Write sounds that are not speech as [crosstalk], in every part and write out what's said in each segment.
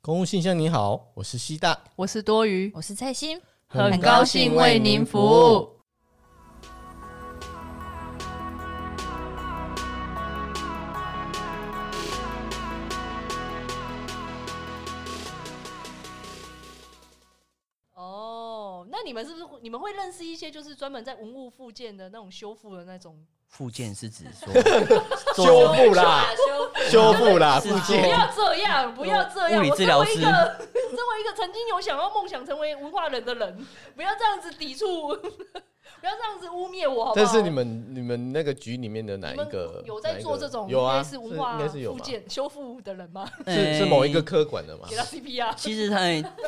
公务信箱，你好，我是西 [laughs] 大，我是多余，我是蔡心，很高兴为您服务。。哦，那你们是不是你们会认识一些就是专门在文物附件的那种修复的那种？附件是指说修做复啦，修复啊修复啦，是附不件要这样，不要这样！物理我治身疗为师一个 [laughs] 身为一个曾经有想要梦想成为文化人的人，不要这样子抵触， [laughs] 不要这样子污蔑我，好不好？这是你们你们那个局里面的哪你一们个？有在哪一做个这种有啊，类似文化是应该是有附吧？啊件修复的人吗？ [laughs] 哎是是某一个科管的嘛 [laughs] 给？到 CP 嗯啊！其实他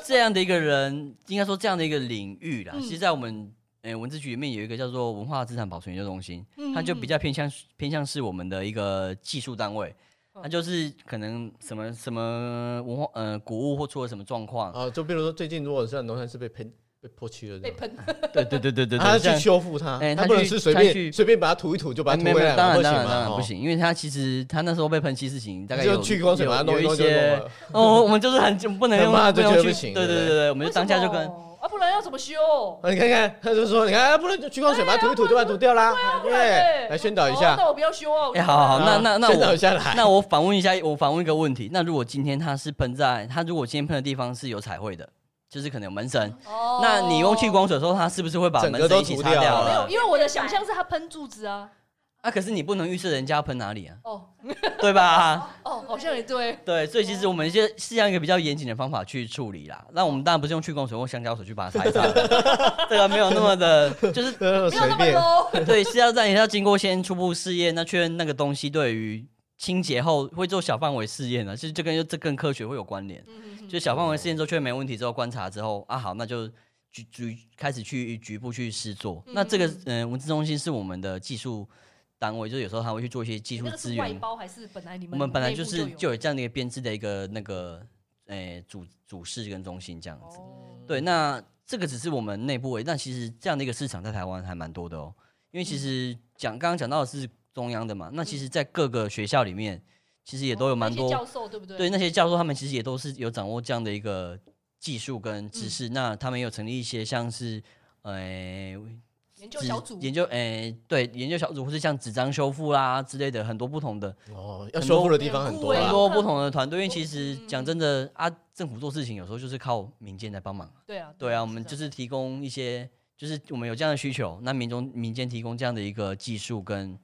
这样的一个人，应该说这样的一个领域啦，嗯其实，在我们呃文字局里面有一个叫做文化资产保存研究中心，嗯它就比较偏向偏向是我们的一个技术单位，哦嗯它就是可能什么什么文化呃古物或出了什么状况，啊，就比如说最近如果像农山是被喷被泼漆了这被样，喷，对对对对对对，他这样去修复它，哎他他不能去是随他便去哎随便把它涂一涂就把它没涂有回没来有，当嘛，然不当行然当然嘛，不行，因为他其实他那时候被喷漆事情，哦，大概就有去光水把它弄有一有弄一就弄些了。哦，我们就是很 [laughs] 不能很用怕就用觉得去不行对对对不对对，我们就当下就为跟什么啊，不然要怎么修？啊，你看看，他就说，你看，啊不能就去光水把它涂一涂就把它涂掉啦，对不对？来宣导一哦下那，我不要修啊！哎我哎好好好那啊那那宣我导一下来，那我反问一下，我反问一个问题：那如果今天它是喷在它如果今天喷的地方是有彩绘的，就是可能有门神，哦那你用气光水的时候，它是不是会把整个门都神一起涂擦掉掉了没有，了？哦因为我的想象是他喷柱子啊。，啊，可是你不能预测人家喷哪里啊 [laughs] 哦对吧？哦，好像也对。对，所以其实我们现在是用一个比较严谨的方法去处理啦。那我们当然不是用去光水或香蕉水去把它擦一擦的， [laughs] 这个没有那么的，就是呃没有随那么便， low，对，是要在也要经过先初步试验，那确认那个东西对于清洁后会做小范围试验啊呢，其实这跟这跟科学会有关嗯联。就小范围试验之后确认没问题之后，观察之后啊，好，那就局局开始去局部去试做。那这个嗯嗯、呃文字中心是我们的技术单位，就有时候他会去做一些技术那个资是外源。包还是本来你们我们本来内部就就是就有有这样的一个编制的一个那个诶、呃主主事跟中心这样子。哦对，那这个只是我们内部而已，但其实这样的一个市场在台湾还蛮多的哦。因嗯为其实讲刚刚讲到的是中央的嘛，那其实，在各个学校里面，其实也都有蛮哦那多些教授对不对？对那些教授，他们其实也都是有掌握这样的一个技术跟知嗯识。那他们也有成立一些像是，呃，研究小组研究，呃，对，研究小组，或是像纸张修复啦之类的，很多不同的哦，要修复的地方很多对很啊啦，多不同的团队。因为其实嗯讲真的啊，政府做事情有时候就是靠民间来帮忙。对啊对啊，我们就是提供一些，就是我们有这样的需求，那民中民间提供这样的一个技术跟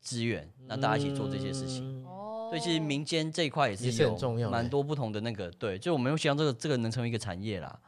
资源，那大家一起做这些事情。情。哦对，其实民间这一块也也是是很有重要的欸蛮多不同的那个，对，就我们又希望这个这个能成为一个产业啦。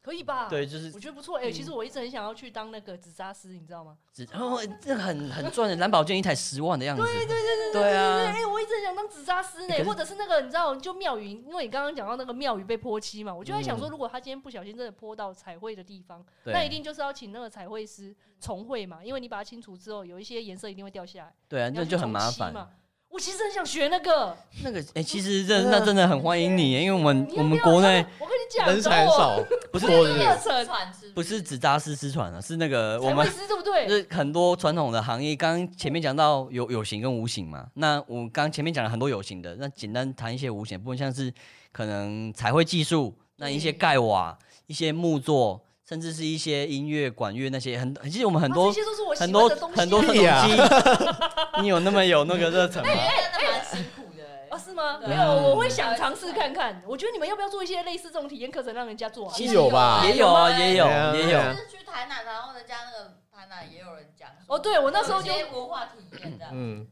可以吧？对，，就是嗯我觉得不错。哎，其实我一直很想要去当那个纸扎师，你知道吗？只哦，这个很很赚的，蓝宝剑一台十万的样子。对对对对对对，啊！哎，我一直很想当纸扎师哎可呢，是或者是那个你知道，就庙宇，因为你刚刚讲到那个庙宇被泼漆嘛，我就在想说，嗯如果他今天不小心真的泼到彩绘的地方，那一对定就是要请那个彩绘师重绘嘛，因为你把它清除之后，有一些颜色一定会掉下来。对啊，你那要去就很重麻漆烦。嘛。我其实很想学那个，[laughs] 那个哎，其实这那真的很欢迎你，因为我们你要我不们要国内我跟你讲，人才很少，不是多是不是课程不是只扎师失传了，啊是那个我才们会师对不对？就是很多传统的行业，刚刚前面讲到有有形跟无形嘛，那我刚刚前面讲了很多有形的，那简单谈一些无形的部分，像是可能彩绘技术，那一些盖瓦、一些木作，甚至是一些音乐、管乐那些，很其实我们很啊多这些都是我喜很欢多的东西啊很多这种屁啊东西，你有那么有那个热忱吗？哎真的蛮辛苦的欸哦，是吗？对没有，我会想尝试看看。我觉得你们要不要做一些类似这种体验课程，让人家做啊？其实有吧也有啊，有也有对啊也对啊有。就是去台南，然后人家那个台南也有人讲说哦，对，我那时候就有一些文化体验的，嗯，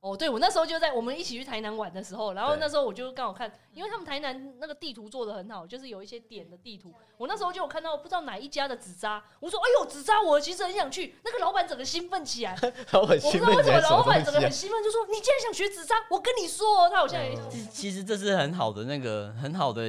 哦，对我那时候就在我们一起去台南玩的时候，然后对那时候我就刚好看，因为他们台南那个地图做的很好，就是有一些点的地图。我那时候就有看到不知道哪一家的纸扎，我说哎呦纸扎，我其实很想去。那个老板整个兴奋起来，我很我不兴知道为奋，起什么来什老么板整东个西很啊？兴奋，就说你竟然想学纸扎，我跟你说哦，他好像也嗯其其实这是很好的那个很好的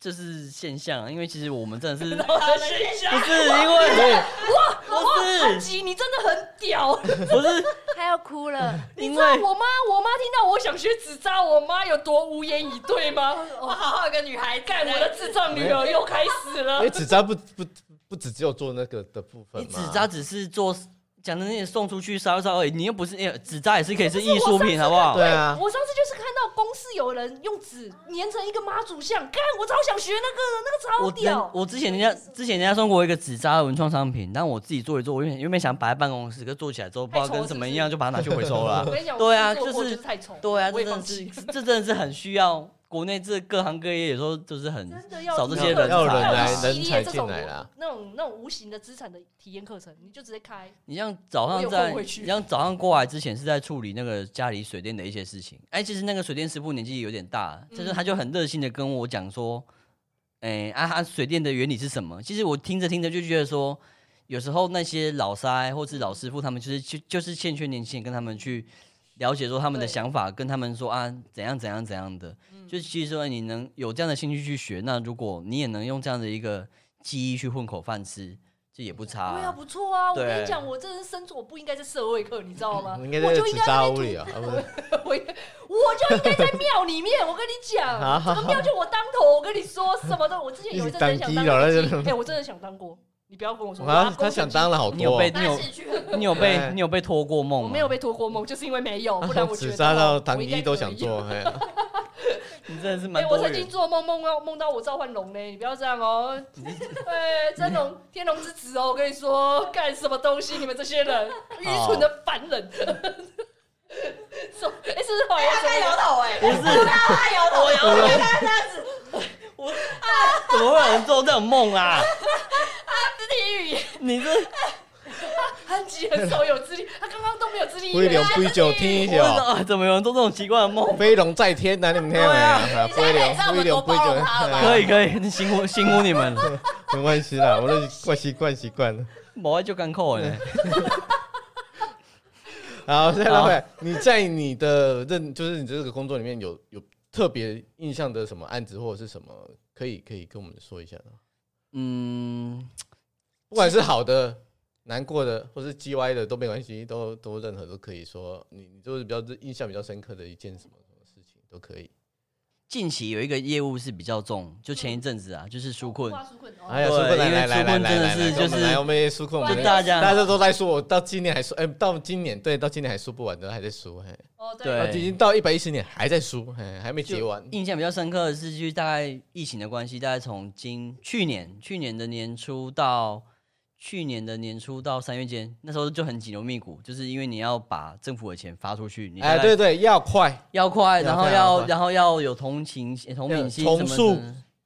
就是现象啊，因为其实我们真 [laughs] 的是不他 [laughs] 很想是因为不阿是。吉，你真的很屌！不是，他要哭了， [laughs] 你因知道为我妈，我妈听到我想学纸扎，我妈有多无言以对 [laughs] 吗？我好好一个女孩子，干我的智障女儿又开始因了为。纸扎不不不只只有做那个的部分你嘛，纸扎只是做讲的那些送出去烧一烧而已，你又不是哎纸扎也是可以是艺术品，好不好？对啊，我上次就是看到公司有人用纸粘成一个妈祖像，干，我超想学那个的，那个超我之屌。我之前人家之前人家送过我一个纸扎的文创商品，但我自己做一做，我原本原本想摆在办公室，可是做起来之后不知道太丑了跟什么是不是一样，就把它拿去回收 [laughs] 了啊、我跟你讲，对啊我自己做过就是就是太丑，对啊，我这也真放的弃是， [laughs] 这真的是很需要国内这各行各业有时候就是很真的要找这些人要有才人来要有一系列人才这进种来啦那种那种无形的资产的体验课程，你就直接开。你像早我上有在，空回去你像早上过来之前是在处理那个家里水电的一些事情。哎，其实那个水电师傅年纪有点大，就是他就很热心的跟我讲说，哎、啊，他水电的原理是什么？其实我听着听着就觉得说，有时候那些老塞或是老师傅他们就是就就是欠缺年轻人跟他们去了解说他们的对嗯想法，跟他们说啊怎样怎样怎样的。就其实说你能有这样的兴趣去学，那如果你也能用这样的一个技艺去混口饭吃，这也不差啊、对啊，不错啊！我对跟你讲，我这人身处我不应该在社会课，你知道吗？嗯你我应该在就纸应该在扎那屋边里啊，啊不是涂，我我就应该在庙里面。我跟你讲， [laughs] 啊怎么庙就我当头？我跟你说什么的？我之前有一阵子很想一直当当基佬在这过鸡，哎，我真的想当过。你不要跟我啊，说，我阿他公曾想经当了好你有多被哦，你但有是去很 [laughs] 你有被对你有被托过梦吗？我没有被托过梦，就是因为 [laughs] 没有，不然我觉纸得扎到我当应该一都可以想。做，哎，你真的是哎、蛮我多曾元经。做梦梦到梦到我召唤龙呢，你不要这样哦、哎、真龙天龙之子哦、我跟你说，干什么东西？你们这些人愚蠢的凡人。哦 [laughs] 说，哎、是不是好他在摇像头哎，不是他摇头，哎我摇他这样子，怎么会有人做这种梦啊？肢体语言？[laughs] 你这安吉很少有肢体，他刚刚都没有肢体语龟言龙。龟九天一我条，啊，怎么有人做这种奇怪的梦？飞龙在天呐，你们听到没有？对啊龟你现在才龙知道龟龙我龟们多包容九，他了吧哎可以可以，辛苦辛苦你 [laughs] 们了，没关系啦，我都习惯习惯习惯了。我爱就干扣欸呢。好，再拉回来，你在你的认，就是你这个工作里面有有特别印象的什么案子或者是什么，可以可以跟我们说一下的，嗯，不管是好的、难过的，或是 G Y 的都没关系，都都任何都可以说，你你就是比较印象比较深刻的一件什么什么事情都可以。近期有一个业务是比较重，就前一阵子啊，就是纾困，哇，纾困哦哎呀，对苏困来因为来来纾来困来真的来来，是跟我们就是来我们也纾困，我就们大大家家都在说，我到今年还输，哎，到今年对，到今年还输不完的，还在输，嘿，哦，对，对已经到一百一十年还在输，嘿，还没结就完，印象比较深刻的是，就是大概疫情的关系，大概从今去年去年的年初到去年的年初到三月间，那时候就很紧锣密鼓，就是因为你要把政府的钱发出去，你大哎，概对对，要快，要要快，然后快要要快然后要有同情心同要理心重什么的，塑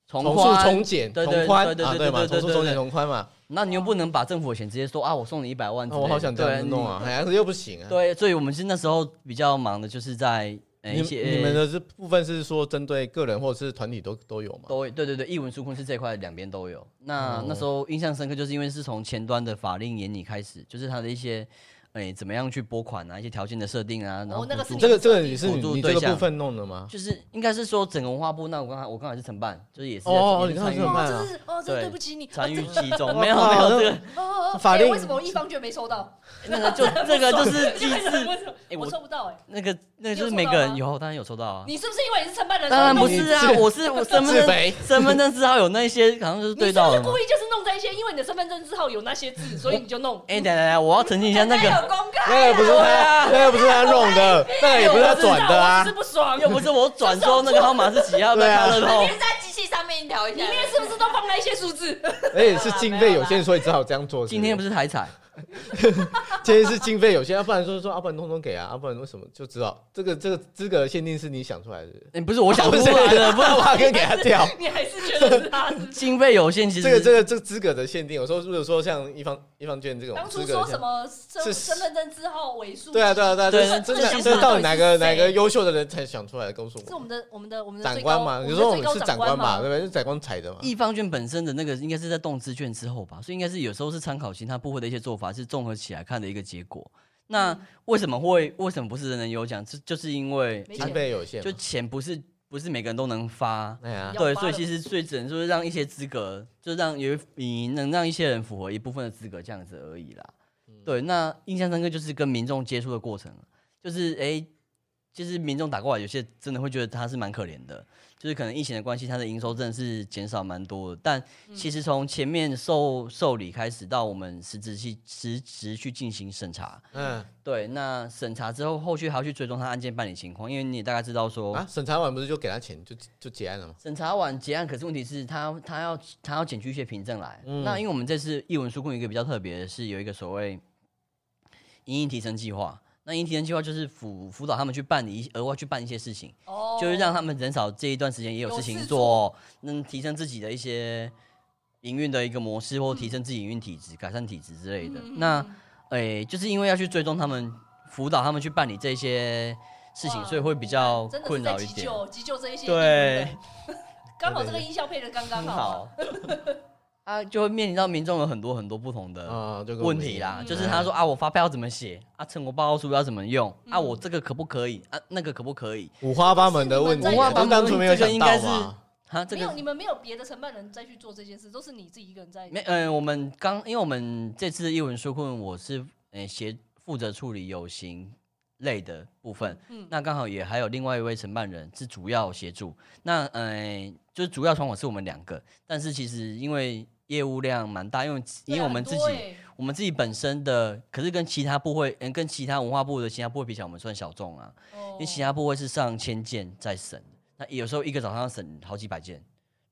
从重塑宽从简、对从对宽对对啊，对对对嘛，对重对塑从简对从宽嘛。那你又不能把政府的钱直接说啊，我送你一百万之啊类的，我好想这样子弄啊，哎，但是又不行啊。对。对，所以我们是那时候比较忙的，就是在呃你一些你们的这部分是说针对个人或者是团体都都有嘛？都会对对对，译文纾困是这块两边都有。那、哦那时候印象深刻，就是因为是从前端的法令研拟开始，就是它的一些诶怎么样去拨款啊，一些条件的设定啊，然后那个补是助这个这个也是辅你助你这对个部象分弄的吗？就是应该是说整个文化部，那我刚才我刚才是承办，就是也是在哦也你是刚才参与是承办哦，啊这是哦，这对对不起你。参与其中，哇哦没有没靠有那这个哦哦哦，法哎令为什么我一方券没收到？ [laughs] [laughs] 那个就这个就是机制，为什么哎我我收不到？哎，那个那个你就有收是每到个人吗有，当然有收到啊。你是不是因为你是承办人？当然所以不你是啊自，我是我身份自证肥，身份证字号有那些，好像就是你对是不到是了故嘛。意就是弄在一些，因为你的身份证字号有那些字，所以你就弄？哎、等一下等一下，我要澄清一下，那人家个有公 [laughs] 开那个不是对他啊，那个不是他弄的，那个也不是他转的我啊只是。不 [laughs] 爽。又不是我转说那个号码是几号，对啊他乐透你。是在机器上面调一里下，面是不是都放了一些数字？ [laughs] 而且是经费有限，所以只好这样做。今天不是是台彩，今天是经费有限，要不然就是说，要不然通通给啊，要不然为什么就只好这个这个资格限定是你想出来的，欸、不是我想不出是啊来的，不不是然 [laughs] 我要跟给他掉。你还是觉得是他是不是？经费有限，其实这个这个这个资格的限定，我说如果说像一方一方券这种当初资格说的限什么身是身份证字号尾数？对啊，对啊，对啊，对这这这这这到底哪个到底是哪谁个优秀的人才想出来告诉是我们的我们的我们的长最官高嘛？我你们说的我最们高是长长官嘛，嘛？对不对？是长官采的嘛？易方券本身的那个应该是在动资券之后吧，所以应该是有时候是参考型它部会的一些做法是综合起来看的一个结果。嗯那为什么会为什么不是人人有奖？就就是因为没经费有限嘛，就钱不是不是每个人都能发，哎呀要，对，发所以的其实最只能说是让一些资格，就让有你能让一些人符合一部分的资格这样子而已啦。对，那印象深刻就是跟民众接触的过程，就是哎、就是民众打过来，有些真的会觉得他是蛮可怜的，就是可能疫情的关系，他的营收真的是减少蛮多的。但其实从前面受受理开始，到我们实质去实质去进行审查，嗯对，那审查之后，后续还要去追踪他案件办理情况，因为你也大概知道说，啊，审查完不是就给他钱就就结案了吗？审查完结案，可是问题是他他要他要检具一些凭证来。嗯那因为我们这次译文书库有一个比较特别的是有一个所谓英音提升计划。那英音提升计划就是辅辅导他们去办理一额外去办一些事情，哦就是让他们减少这一段时间也有有事情事做，能提升自己的一些营运的一个模式，或提升自己营运体质、改善体质之类的。嗯那诶、就是因为要去追踪他们、辅导他们去办理这些事情，哇所以会比较真的困是在扰一急点。救，急救这一些对病人，刚好这个音效配的刚刚很好。 [laughs] 好。啊，就会面临到民众有很多很多不同的啊，就跟我呃嗯问们一题样嗯啦，就是他说啊，我发票要怎么写啊，成果报告书要怎么用嗯啊，我这个可不可以啊，那个可不可以五花八门的问题，啊五花八门的问当题初没有想到这个应该是嘛。啊？这没有，个你们没有别的承办人再去做这件事，都是你自己一个人在。啊没呃，我们刚因为我们这次的译文书库，我是呃协负责处理有形类的部分，嗯那刚好也还有另外一位承办人是主要协助，那呃就是主要传火是我们两个，但是其实因为业务量蛮大，因为因为我们自己。欸我们自己本身的，可是跟其他部会，嗯，跟其他文化部的其他部会比起来，我们算小众啊。因为其他他部会是上千件在审，那有时候一个早上要审好几百件，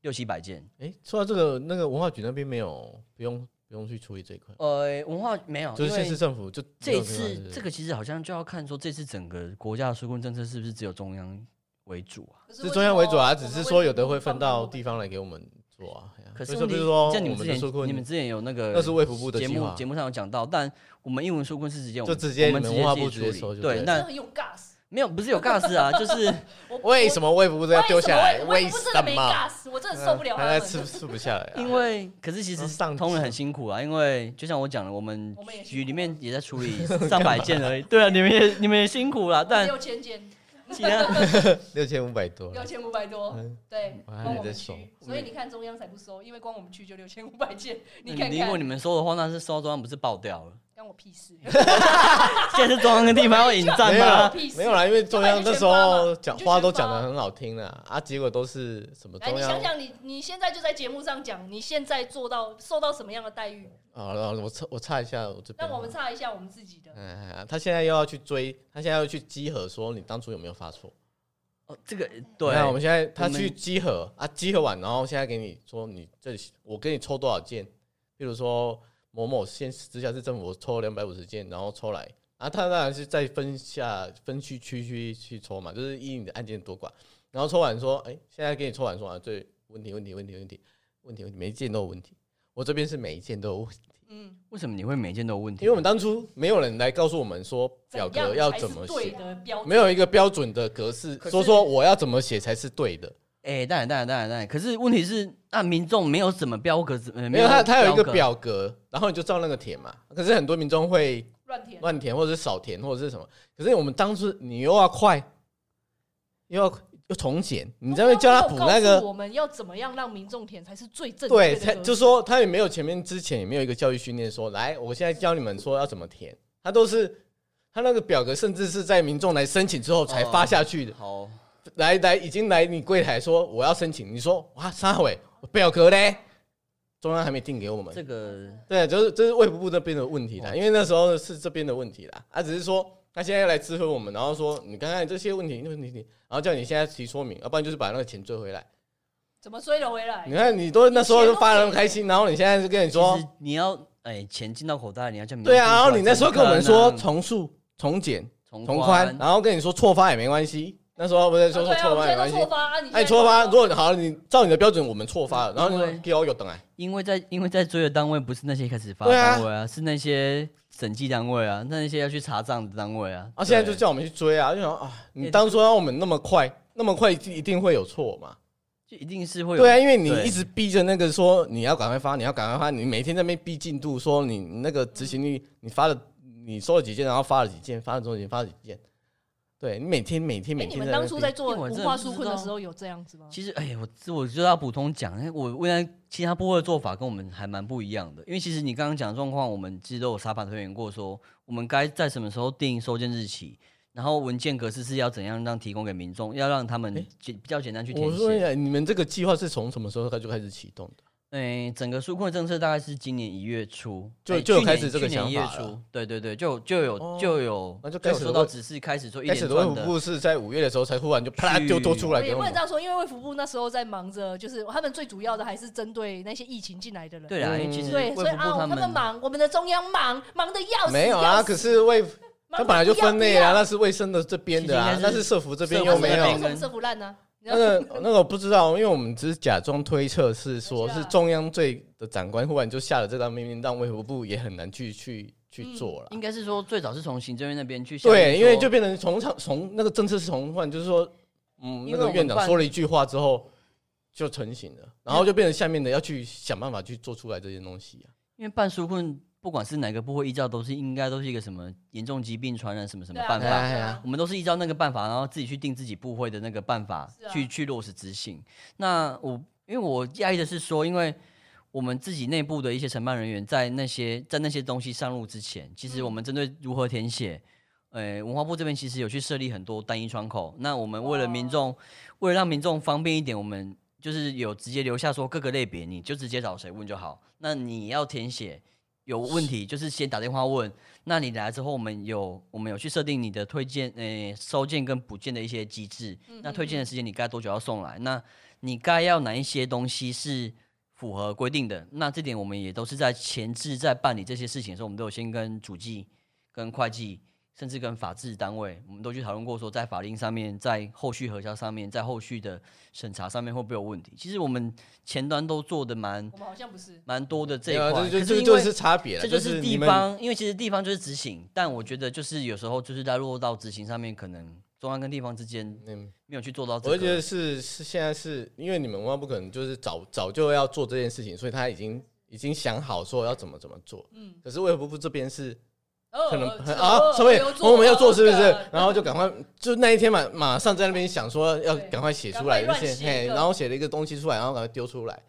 六七百件。哎，说到这个，那个文化局那边没有，不用不用去处理这一块，呃，文化没有，就是因为县市政府就这一次就这个其实好像就要看说这次整个国家的纾困政策是不是只有中央为主啊？是中央为主啊，只是说有的会分到地方来给我们做啊。哎呀可所是以说不问题是说像你我们之们的前纾困你们之前有那个那是卫福部的节计目划节目上有讲到，但我们英文纾困是直接我们就直接我们你直们接文化自己部直接处理收就对对，了那那很有 gas。没有不是有 gas 啊，就是。我为什么卫福部这样丢下来？我我为我真的什没么？ gas，我真的受不了他还 [laughs] 们在。吃吃不下来啊？因为可是其嗯实上通次人很辛苦啊，因为就像我讲的，我们我们也辛局里面也在处 [laughs] 理上百件而已。对啊，你们也你们也辛苦了，但六千件，其他六千五百多了，六千五百多， [laughs] 嗯对，我还哎光得我们再区收，所以你看中央才不收，因为光我们区就六千五百件，你看如 [laughs] 果你看，们收的话，那是收中央不是爆掉了？关我屁事。现在是中央跟地方要引战没有吗啦屁事没有啦，因为中央那时候讲你就话都全讲包的很好听啦，啊，结果都是什么来，中你央想想你，你现在就在节目上讲，你现在做到受到什么样的待遇？啊，然后我插我插一下我这边让啊，我们查一下我们自己的。哎，哎他现在又要去追，他现在要去集合，说你当初有没有发错？哦这个对那，我们现在他我们去集合啊，集合完，然后现在给你说你这里我给你抽多少件，比如说某某县直辖市政府我抽两百五十件，然后抽来啊，他当然是在分下分区区区去抽嘛，就是依你的案件多寡，然后抽完说，哎、现在给你抽完说啊，这问题问题问题问题问题问题，每一件都有问题。我这边是每一件都有问题，啊嗯，为什么你会每件都有问题？因为我们当初没有人来告诉我们说表格要怎样才怎是么对写，的标准？没有一个标准的格式，可是说说我要怎么写才是对的。哎，当然当然当然当然，可是问题是，那民众没有怎么标格子，呃没有，他他有一个格表格，然后你就照那个填嘛。可是很多民众会乱填。乱填，或者是少填，或者是什么。可是我们当初你又要快，又要又重写，你这边叫他补那哦他们没有告诉个，我们要怎么样让民众填才是最正确对，的他格式就说他也没有前面之前也没有一个教育训练说，来，我现在教你们说要怎么填，他都是。他那个表格甚至是在民众来申请之后才发下去的，好，来来已经来你柜台说我要申请，你说哇三伟表格嘞，中央还没定给我们，这个对，就是这是卫福部这边的问题啦，哦因为那时候是这边的问题啦，啊，只是说他现在来咨询我们，然后说你刚才这些问题问题，然后叫你现在提说明，要不然就是把那个钱追回来。怎么追了回来啊你？看你都那时候就发的那么开心，然后你现在就跟你说其，实你要哎钱进到口袋，你要叫民众对啊，然出来后你那时候怎跟么我们可能说重塑、重简、从重宽，然后跟你说错发也没关系，那时候不是说啊说对啊，错我发们没现关系在都错，发啊，你哎，错发，如果好，你照你的标准我们错发了，然后你因为说给我有等哎，因为在因为在追的单位不是那些一开始发的对啊单位啊，是那些审计单位啊，那些要去查账的单位啊。啊，现在对就叫我们去追啊，就想啊，你哎当初让我们那么快，那么快一定会有错嘛。就一定是会有对啊，因为你对一直逼着那个说你要赶快发，你要赶快发，你每天在那边逼进度，说你那个执行率，你发了你收了几件，然后发了几件，发了多少件，发了几件，对你每天每天哎，每你天们在那边当初在逼做因为我真文的化不纾知困的道时候有这样子吗？其实，哎，我这我就要补充讲，因为我未来其他部会的做法跟我们还蛮不一样的。因为其实你刚刚讲的状况，我们其实都有沙盘推演过说我们该在什么时候定收件日期，然后文件格式是要怎样让提供给民众，要让他们简比较简单去填我说一写。下，你们这个计划是从什么时候开就开始启动的？嗯，整个纾困政策大概是今年一月初就哎就有去开年始这个去年想一月法了初，对对对，就就有哦就有那就开有始收到了指示，开始做一开连始的卫串福的。部是在五月的时候才忽然就啪啦去丢多出来给也我不能们这，样说，因为卫福部那时候在忙着，就是他们最主要的还是针对那些疫情进来的人。对啦，因为其嗯实对卫所以福部啊，他们忙，我们的中央忙，忙的要死。没有要啊。死可是卫忙它得本来就分类啊，不要那是卫生的这边的其实啊应，该但是是社福这边社又福没这有边。为什么社福烂呢？你知 [laughs] 那道个 [laughs] 那个我不知道，因为我们只是假装推测，是说我知是道中央最的长官忽然就下了这道命令，让卫福部也很难去去去做了。嗯应该是说最早是从行政院那边去下令说。对，因为就变成从场从那个政策是从换，就是说，嗯，因为那个我们院长办说了一句话之后就成型了，然后就变成下面的要去想办法去做出来这些东西啊。因为办纾困，不管是哪个部会依照都是应该都是一个什么严重疾病传染什么什么对啊办对法，啊哎呀我们都是依照那个办法，然后自己去定自己部会的那个办法、是啊去去落实执行。那我因为我讶异的是说，因为我们自己内部的一些承办人员在那些在那些东西上路之前，其实嗯我们针对如何填写。呃，文化部这边其实有去设立很多单一窗口。那我们为了民哇众，为了让民众方便一点，我们就是有直接留下说各个类别，你就直接找谁问就好。那你要填写有问题，就是先打电话问，那你来之后，我们有我们有去设定你的推荐，呃，收件跟补件的一些机制。嗯那推荐的时间你该多久要送来？那你该要哪一些东西是符合规定的？那这点我们也都是在前置在办理这些事情的时候，我们都有先跟主计、跟会计，甚至跟法制单位，我们都去讨论过说，在法令上面，在后续核销上面，在后续的审查上面会不会有问题？其实我们前端都做的蛮我们好像不是。蛮多的这一对啊这块，可就是这因就为是差别了，这就是是地你们方，因为其实地方就是执行，但我觉得就是有时候就是在落到执行上面，可能中央跟地方之间嗯没有去做到哦这我就觉个。得是是现在是因为你们文化部可能就是早早就要做这件事情，所以他已经已经想好说要怎么怎么做。嗯，可是卫福部这边是哦可能这个啊，我所以有做我们要做是不是哦？然后就赶快就那一天马马上在那边想说要对赶快写出来，赶快就乱写写嘿，一个然后写了一个东西出来，然后赶快丢出来，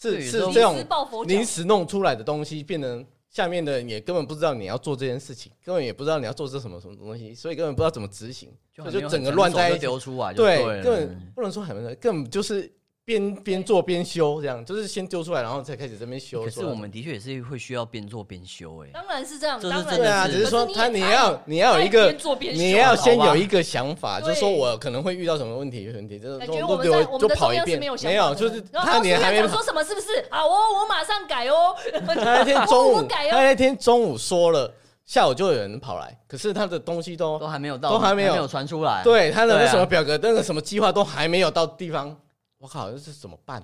是对是有时这候临时种抱佛脚临时弄出来的东西，变成下面的人也根本不知道你要做这件事情，根本也不知道你要做这什么什么东西，所以根本不知道怎么执行，就所以很没就有整个很乱成在熟一就起。丢出来就对，了，根本不能说很乱，根本就是边边做边修，这样就是先丢出来，然后才开始这边修。可是说我们的确也是会需要边做边修、欸，当然是这样，这是当然真的对啊，是只是说可是他你你也要你要有一他也个边做边啊你修要好先吧有一个想法，对就是说我可能会遇到什么问题问题，就是感说觉我我都们在丢我就们的跑中一央是遍没有，想没法有，的就是然后他中连央还没想说什么是不是？好哦，我马上改哦。他那天中我午改他哦那天中午说了，下午就有人跑来，可是他的东西都都还没有到，哦都还没没有传出来。对他的对那啊什么表格那个什么计划都还没有到地方，我靠，这是怎么办？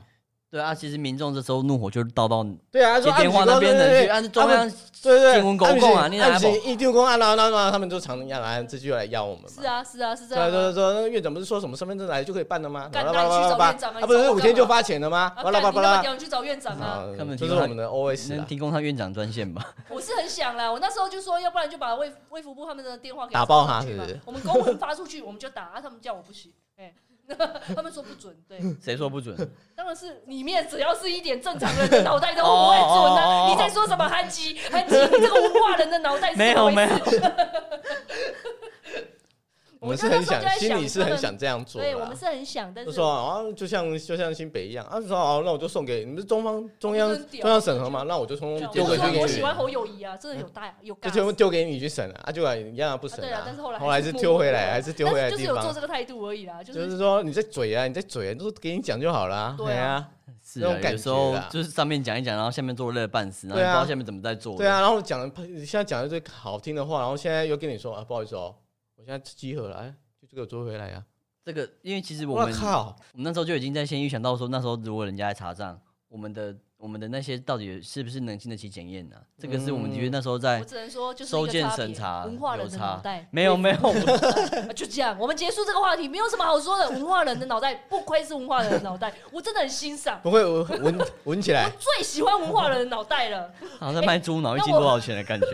对啊，其实民众这时候怒火就到到对啊，他接说电话那边的人去，按啊按中央对对，新闻公共啊你哪按来行一丢公啊，然后然后然后他们就常要来这就来要我们嘛。是啊，是啊，是这对啊样对啊啊。对啊，那个院长不是说什么身份证来就可以办的吗？干巴那拉你巴拉去巴找拉院长啊他不你是找我五天干嘛就发钱了吗？巴拉巴啊干拉你巴那么拉。屌，你去找院长啊！啊他们这提是啊供我们的 OS 能啦，提供他院长专线吧？我是很想啦，我那时候就说，要不然就把卫卫福部他们的电话给打爆他啊发出去是嘛不是我们公文发出去，我们就打，啊、他们叫我不行，哎、 [laughs] 他们说不准，对，谁说不准？当然是里面只要是一点正常人的脑袋都不会准哦哦哦啊！哦你在说什么韩吉？韩吉，你这个文化人的脑袋是 [laughs] 没怎么有回事没有，，我们是很想，心里是很想这样做对我啦们。是很想，但就是说啊，就像就像新北一样，啊，就说哦，那我就送给你们是中方中我央们真哦屌中央审核嘛，那我就通对啊通丢我回就去说给我你喜，欢侯友谊啊，真的有大有就尬。全部丢给你去审啊，啊，就啊一样啊不审啊对啊但是后来还是后来是丢回来，还是丢回来但的是地就是有做方这，个态度而已啦，就就是是说你在嘴啊，你在嘴啊，就是给你讲就好啦，对啊啊。 [laughs] 是那种啊，感有时觉候啦就是上面讲一讲，然后下面做累得半死，然后对也啊不知道下面怎么在做。对啊，，然后讲了现在讲一堆好听的话，然后现在又跟你说啊，不好意思哦，我现在集合了，哎，就这个追回来啊。这个因为其实我我们靠，我们那时候就已经在先预想到说，那时候如果人家来查账，我们的我们的那些到底是不是能经得起检验呢？啊这个是我们的嗯确那时候在我只能说就是一哎收个件差别审查文化人有的差脑袋没有没有，我啊就这样，我们结束这个话题，没有什么好说的。文化人的脑袋，不愧是文化人的脑袋，我真的很欣赏，不会我闻闻起来， [laughs] 最喜欢文化人的脑袋了。 [laughs] 哎好像卖猪脑一斤多少钱的感觉。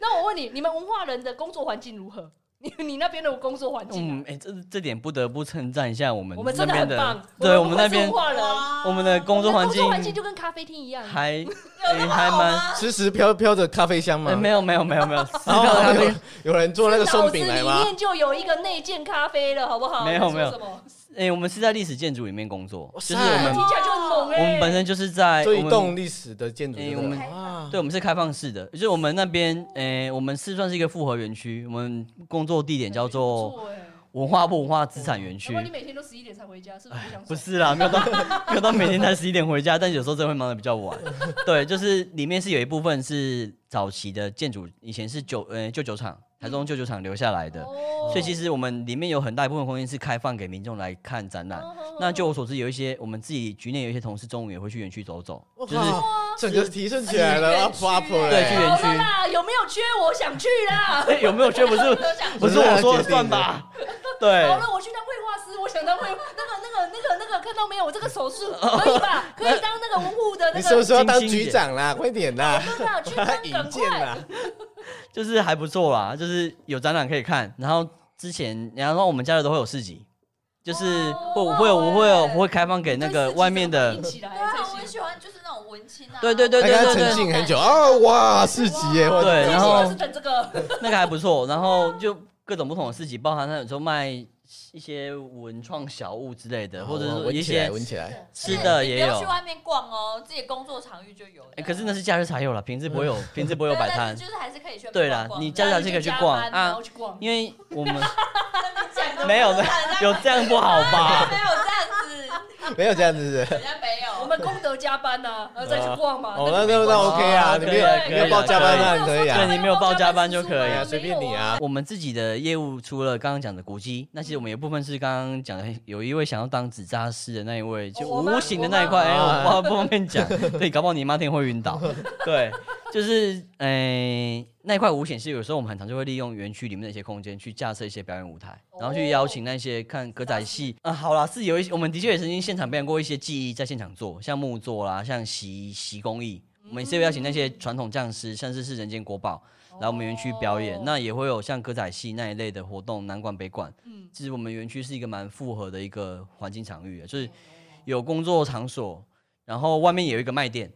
那我问你，你们文化人的工作环境如何？你你那边的工作环境啊、嗯，哎、这这点不得不称赞一下我们我们真的那很边棒。对我们们不那会边说话了，我们的工作环我境们的工作环境就跟咖啡厅一样。还有那哎么还好蛮。吗？时时飘飘着咖啡香嘛哎，。没有没有没有没有，撕然票的咖后有啡，有人做那个松饼来脑子吗里？面就有一个内建咖啡了，好不好？没有你说什么哎、我们是在历史建筑里面工作，哇就塞是我们听起来就很猛哎、我们本身就是在这一我们栋历史的建筑哎就对了，我们哇，对，我们是开放式的，就是我们那边，诶、我们是算是一个复合园区，我们工作地点叫不做错哎文化部文化资产园难区怪。你每天都十一点才回家，是不是不想睡？哎不是啦，没有到 [laughs] 没有到每天才十一点回家，但有时候真的会忙得比较晚。对，就是里面是有一部分是早期的建筑，以前是酒呃旧酒厂，台中旧酒厂留下来的，哦，所以其实我们里面有很大一部分空间是开放给民众来看展览。哦那就我所知，有一些我们自己局内有一些同事中午也会去园区走走，我就是靠，整个提升起来了园，up 区 up 哎对去嘞园区好了啦，有没有缺？我想去啦。哎、有没有觉得不是都想不是我说了算吧？哎对，好了，我去当绘画师，我想当绘那个、那个、那个、那个，看到没有？我这个手术可以 [laughs] 吧？可以当那个文物的那你是不个。是要当金星姐局长啦？快点啦！真的去啊当，引赶荐快！啦！就是还不错啦，就是有展览可以看。然后之前，然后我们家的都会有市集，就是会哦会有哇会有哎会开放给那哦个外面的一，起来对啊，才我很行。喜欢就是那种文青啊。对对对他对刚刚对对沉浸很久啊，哇，四级耶！哇对最然喜后欢是等这个。那个还不错。然后就各种不同的市集，包含它有时候卖一些文创小物之类的，或者哇是一哦闻起来，些闻起来，吃的也你不要有去。外面逛哦，自己工作场域就有。啊哎，可是那是假日才有了，平时不 [laughs] 会有，平时不会有对摆但摊 [laughs] 是。就是还是可以去外面对啦逛，逛你的家长是可以去逛然后就加啊，班然后去逛。因为我们讲得 [laughs] 没有没不然人家有有这样不好吧？没有这样子，没有这样子是不是。人家没 [laughs] 有。我们功德加班呐、然后再去逛嘛。哦，对那那那 OK 啊，哦你可以没有啊你没有报加班那可以对啊，你没有报加班就可以对啊啊，随便你。啊。我们自己的业务除了刚刚讲的古迹，那其实我们有部分是刚刚讲的，有一位想要当纸扎师的那一位，就我妈啊无形的那一块，哎、我妈我不好不方便讲，对，搞不好你妈听会晕 [laughs] 倒。对，就是哎、那一块无形是有时候我们很常就会利用园区里面的一些空间去架设一些表演舞台，哦然后去邀请那些看歌仔 [laughs] 戏啊、好啦，是有一些我们的确也曾经现场表演过一些技艺，在现场做，像木作啦，像习习工艺。我们也是有邀请那些传统匠师，甚至是人间国宝，来我们园区表演。哦那也会有像歌仔戏那一类的活动，南管北管。嗯其实我们园区是一个蛮复合的一个环境场域，啊就是有工作场所，然后外面也有一个卖店。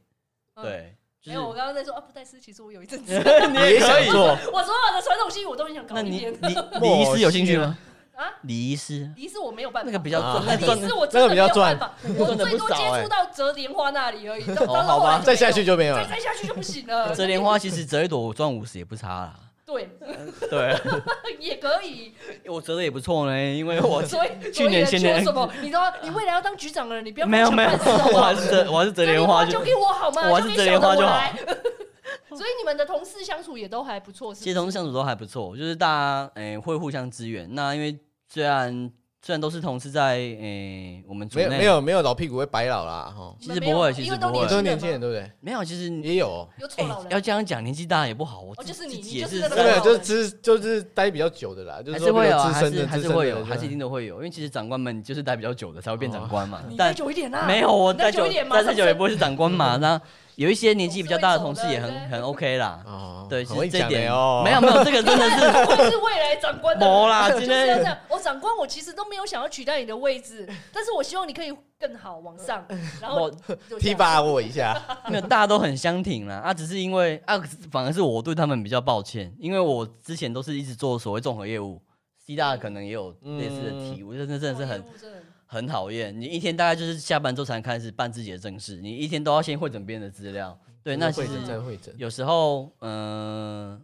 嗯 [laughs] 对， [laughs] 就没有，我是刚刚在说啊，布袋斯，其实我有一阵子， [laughs] 你也可以想做，我所有的传统戏我都很想搞那一你遍你李医师有兴趣吗？ [laughs] 啊。李医师离是我没有办法，那个比较啊赚，那离赚是的我真那个比的没较有办法，我赚得最不多少接哎触。到折莲花那里而已。哦好吧再下去就就没有没有再了。再下去就不行了。折莲花其实折一朵我赚五十也不差啦。对对，啊也可以， [laughs] 我折的也不错呢，因为我所以去年所以前年求什么？你知道你未来要当局长了，你不要没有跟没有，我抢饭吃好不我好还是折我还是折折莲莲花花就就给我好吗？我还是就给折莲花小的就我好来。 [laughs] 所以你们的同事相处也都还不错，是其实同事相处都还不错，就是大家诶、会互相支援。那因为虽然虽然都是同事在诶、我们组没内，有没有没有老屁股会白老啦哈，其实不会，其因实为都不你会哎年，轻都年轻人对不对？没有，其实你也有，有错诶、老要人，这样讲，年纪大也不好。我哦自就是你自己你也就是那是个对啊在不对？老就是资就是待比较久的啦，就还是是说会比有，啊较资还深是的，还资是深会的有，啊还是一定都会有，因为其实长官们就是待比较久的才会变长官嘛。哦你待但久一点啦，没有我你待待久久一点嘛，待再久也上不会是长官嗯嘛。那有一些年纪比较大的总同是事会也走的对很很 OK 啦。哦，对，其很实会这讲点的哦。没有没有，这个真 [laughs] 的是次会是未来长官的。没啦，今就是要这天样，我长官，我其实都没有想要取代你的位置，但是我希望你可以更好往 [laughs] 上，然后我就这提样拔我一下，没有，大家都很相挺啦。啊，只是因为啊，反而是我对他们比较抱歉，因为我之前都是一直做所谓综合业务，C 大可能也有嗯类似的体悟，真的真的是我业很务哦真的很很讨厌。你一天大概就是下班之后才开始办自己的正事，你一天都要先会整别人的资料。 [laughs] 对，那其会实诊再会诊，有时候，嗯、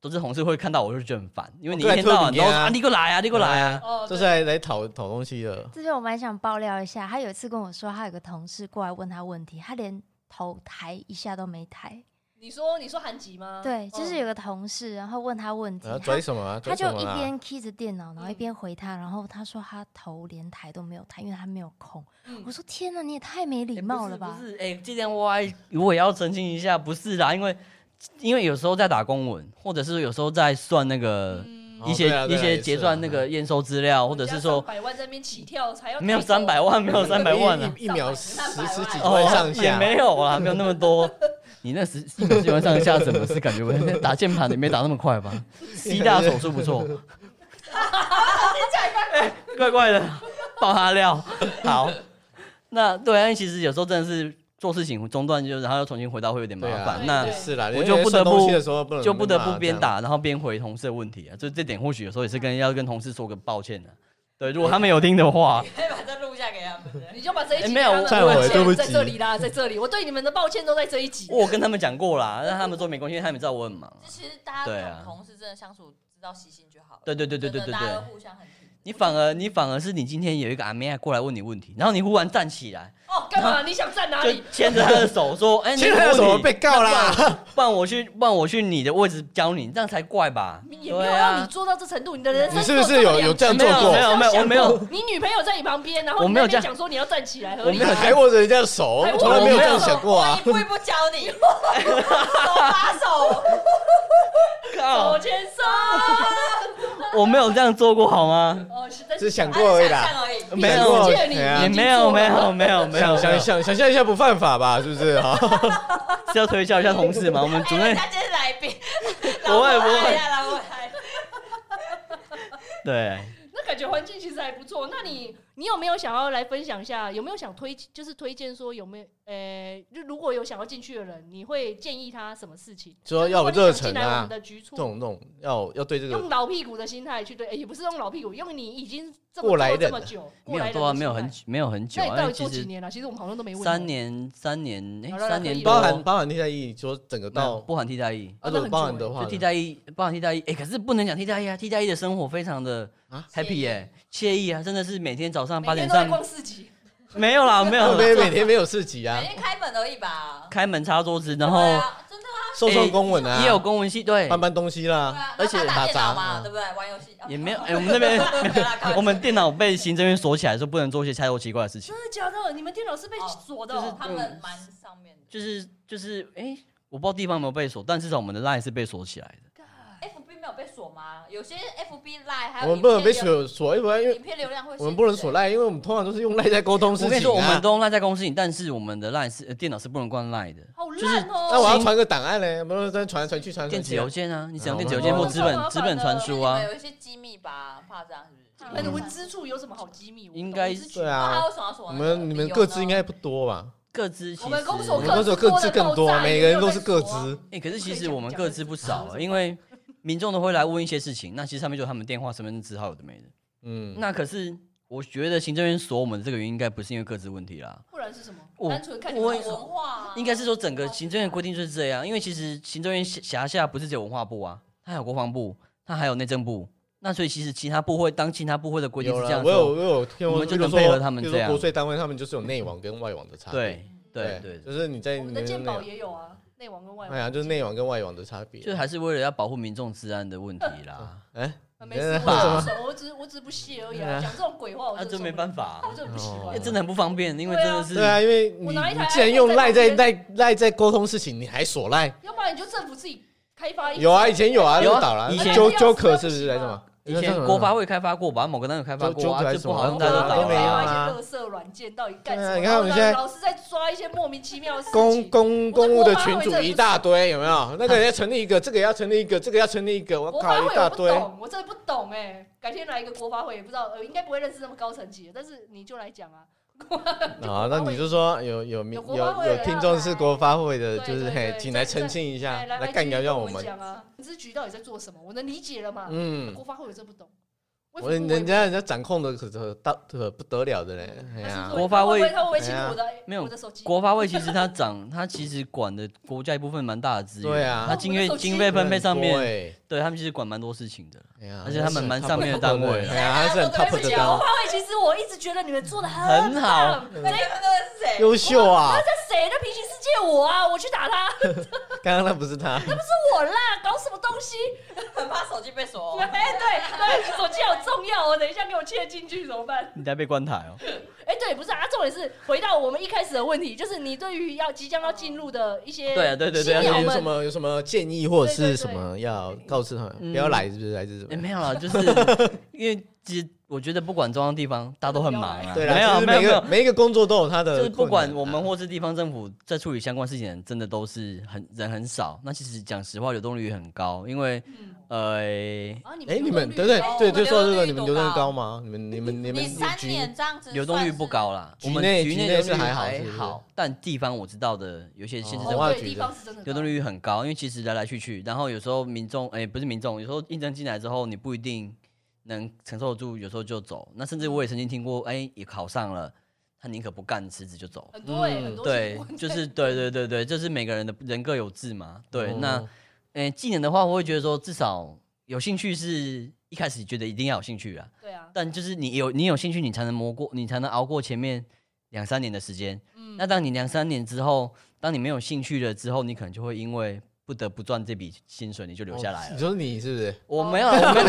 都是同事会看到我就觉得很烦，因为你一哦对天到晚特都别啊啊，你给我来啊，你给我来啊。哦，这对是来来讨讨东西的。这边我蛮想爆料一下，他有一次跟我说，他有个同事过来问他问题，他连头抬一下都没抬。你说你说韩吉吗？对，就是有嗯个同事，然后问他问题啊，，拽他什么啊？他拽就什么一啦？边 key 着电脑，然后一嗯边回他，然后他说他头连抬都没有抬，因为他没有空。嗯我说天哪，你也太没礼欸貌不是了吧不！是，哎、这点我还我也要澄清一下，不是啦，因为因为有时候在打公文，或者是有时候在算那个哦一些、对啊对一啊也些是结算那个验收资料，或者是说百万在那边起跳才要没有抬头三百，万，没有三百万啊，一一一秒十上百万十几一万上也下，哦没有啦，没有那么多。你那十基 [laughs] 本上上下什么是感觉不打键盘的没打那么快吧？C 大手速不错，怪怪的， [laughs] 爆他料。好，那对啊，因为其实有时候真的是做事情中断，就然后又重新回到会有点麻对啊烦。那对是啦，我就不得算东西不的时候不能就不得不骂边这样，打，然后边回同事的问题啊。就这点，或许有时候也是跟要跟同事说个抱歉的、啊对，如果他们有听的 [laughs] 话，可以把这录下给他们。你就把这一集哎给没有他们忏悔抱歉对不起在这里啦，在这里，我对你们的抱歉都在这一集。我有跟他们讲过啦，让他们说没关系，因为他们知道我很忙 [laughs] 啊。其实大对家啊跟同事真的相处，知道习性就好了。对对对对对真对的大家对都，互相很体贴。你反而你反而是你今天有一个阿妹啊过来问你问题，然后你忽然站起来，哦，干嘛？你想站哪就里？牵着她的手说：“ [laughs] 哎，你其实还有问什么题被告啦？ [laughs] 不然我去，不然我去你的位置教你，这样才怪吧？啊也没有让你做到这程度，你的人生你是不是有有这样做没过？有没有我没有，你女朋友在你旁边，然后我你在没有那这边样讲说你要站起来，合理我没 [laughs] 有吗？这还握着人家的手，还我握从来没有这样着想过啊我。一步一步教你， [laughs] 手把手。靠 [laughs] 手，牵手，我没有这样做过好吗？哦，是在只是想啊过而已想啦，象而已。没想有过借你哎呀也没有没有没有想没有，没想有想想象一下不犯法吧，是不是？哈，是要推销一下同事嘛？我们主哎，人任家今天是来宾， [laughs] 哎不会不会来我来。对，那感觉环境其实还不错。那你你有没有想要来分享一下？有没有想推就是推荐说有没有呃，就如果有想要进去的人，你会建议他什么事情？说要有如果热你想忱进来我啊们，的局这处，种这种要要对这个用老屁股的心态去对，哎也不是用老屁股，用你已经这么过来做人这么久，没过来有人做啊，的没有心态很久没有很久那你啊，到因为底做其几实年了？其实我们好像都没问哦过。三年三年好哎了三年可以多了包含包含替代役，说整个没有到不含替代役，哦啊，那如果很久包含欸的话就呢，替代役不含替代役，哎，可是不能讲替代役啊，替代役的生活非常的啊 happy 耶，惬意啊，真的是每天早上八每天点都在上逛市集，没有啦没有每每天没有市集啊每，天开门而已吧。开门擦桌子，然后对啊真的啊送送公文啊，也有公文系对，搬搬东西对啦，啊，而且那打电脑打杂嘛，嗯对不对？玩游戏哦啊也 [laughs] 没有哎，我们那边啊 [laughs] 我们电脑被行政院锁起来，说不能做一些太多奇怪的事情，真的假的？你们电脑是被锁的就哦、是他们蛮上面的嗯就是就是哎，我不知道地方有没有被锁，但至少我们的 line 是被锁起来的。 ，FB 哎没有被锁吗？有些 FB Live 还我有们不能被影片流，锁锁，因为因为影片流量会限制，我们不能锁赖，因为我们通常都是用赖在沟通事我跟你情说，我们啊。都 line 在公司里，但是我们的 line 是呃电脑是不能关 line 的，好就是烂哦、那我要传个档案呢，不能再传来传去传来电传子去邮啊。件啊，你只啊用电子我邮们件都或纸好麻本烦纸本因传为输你们啊，嗯有一些机密吧，怕这样哎是不哎是？那你们资处有什么好机密？我不懂应该我只觉对得那还啊，有什么要锁我那个理由呢？们你们各自应该不多吧？各自其我实们公哎所我们都是各自更多，啊每个人都是各啊自。可是其实我们不可以讲各自不少讲啊，因为民众都会来问一些事情，那其实上面就有他们电话、身份证字号有的没的。嗯，那可是我觉得行政院锁我们这个原因，应该不是因为各自问题啦，不然是什么？我单纯看你有我们没有文化哦啊，应该是说整个行政院规定就是这样。因为其实行政院辖下不是只有文化部啊，它还有国防部，它还有内政部。那所以其实其他部会当其他部会的规定有是这了，样我有我做，有听我过，们就比如能配合说他们比如说这样国税单位他们就是有内网跟外网的差别。对对对，就是你在我们的鉴宝也有啊，内网跟外哎网。呀，就是内网跟外网的差别。就还是为了要保护民众治安的问题啦。哎，啊没事，我只是我只我只是不屑而已啊，哎讲这种鬼话我那真的受不这没了，办法啊、我真的不喜哦欢哎。真的很不方便，因为真的是对啊，因为你我拿一台你既然用 iPhone 赖在在旁赖赖在沟通事情，你还锁赖？要不然你就政府自己开发一个有啊，以前有啊，有鹿啊岛啦以，那前纠那纠不要可死是不是要死来什嘛么？以前啊国发会开发过吧，某个单位开发就过就啊，还就是不好什么用大对家啊都都没有用啊开发一些垃圾软件到底干什对啊么？你看我们现在老是在抓一些莫名其妙的事公情。公我觉得公务的国发群会主真的一不大堆，有没 [laughs] 有？那个也要成立一个，这个也要成立一个，这个要成立一个，我国靠，发一会大我不堆。懂，我真的不懂哎、改天来一个国发会，也不知道，呃，应该不会认识那么高层级的，但是你就来讲啊。啊，那你就说有有民有有国发会的啊有听众是国发会的，对就是对嘿对，请来这澄清一下哎，来来干掉一掉我我们。讲啊，你这局到底在做什么？我能理解了嘛？嗯，国发会我真的不懂，我也不懂人家人家掌控的可可大可不得了的嘞，哎还是呀说，国发会他会不会侵入我的啊没有我的手机？国发会其实它涨，它其实管的国家一部分蛮大的资源，对啊它经费经费分配上面，对，对他们其实管蛮多事情的，哎呀，而且他们蛮上面的单位哎呀，他是很 top 的单国位，发会其实我一直觉得你们做的很好棒。。那你们那个是谁？优秀啊！那谁？那平行世界我啊，我去打他，是刚刚那不是他，我啦，搞什么东西？很怕手机被锁 [laughs] 哦。哎，对对，手机好重要哦，等一下给我切进去怎么办？你才被关台哦，哎、对，不是啊，重点是回到我们一开始的问题，就是你对于要即将要进入的一些对啊对对新对有鸟有什们，么有什么建议或者对对是对什么要告诉他们嗯不要来，是不是？还是也怎么？没有啦，就是因为其实我觉得不管中央地方，大家都很忙啊。对啦，就没有是没有每没个有，每一个工作都有它的困难就啊，是不管我们或是地方政府在处理相关事情的人，真的都是很人很少。那其实讲实话，流动率很高，因为呃，然后你哎，你们对流对哦动对，率高就说这个，我们你们流动率高吗？你们你们你流们动率多高？你三局年这样子，流动率不。高啦。局我们内局局内内流动是率还好好是不是但地方我知道的有些县市哦政文府化对局地的方是真的流动率很高，因为其实来来去去，然后有时候民众哎、不是民众，有时候应征进来之后你不一定能承受得住，有时候就走。那甚至我也曾经听过，哎、也考上了，他宁可不干，辞职就走。很多哎、嗯很多对新闻， [laughs] 就是对对对对，就是每个人的人各有志嘛。对，哦那哎、技能的话，我会觉得说至少有兴趣是一开始觉得一定要有兴趣啊，对啊，但就是你有你有兴趣，你才能磨过，你才能熬过前面两三年的时间。嗯那当你两三年之后，当你没有兴趣了之后，你可能就会因为不得不赚这笔薪水，你就留下来你哦了。说你是不是？我没有， [laughs] 我没有，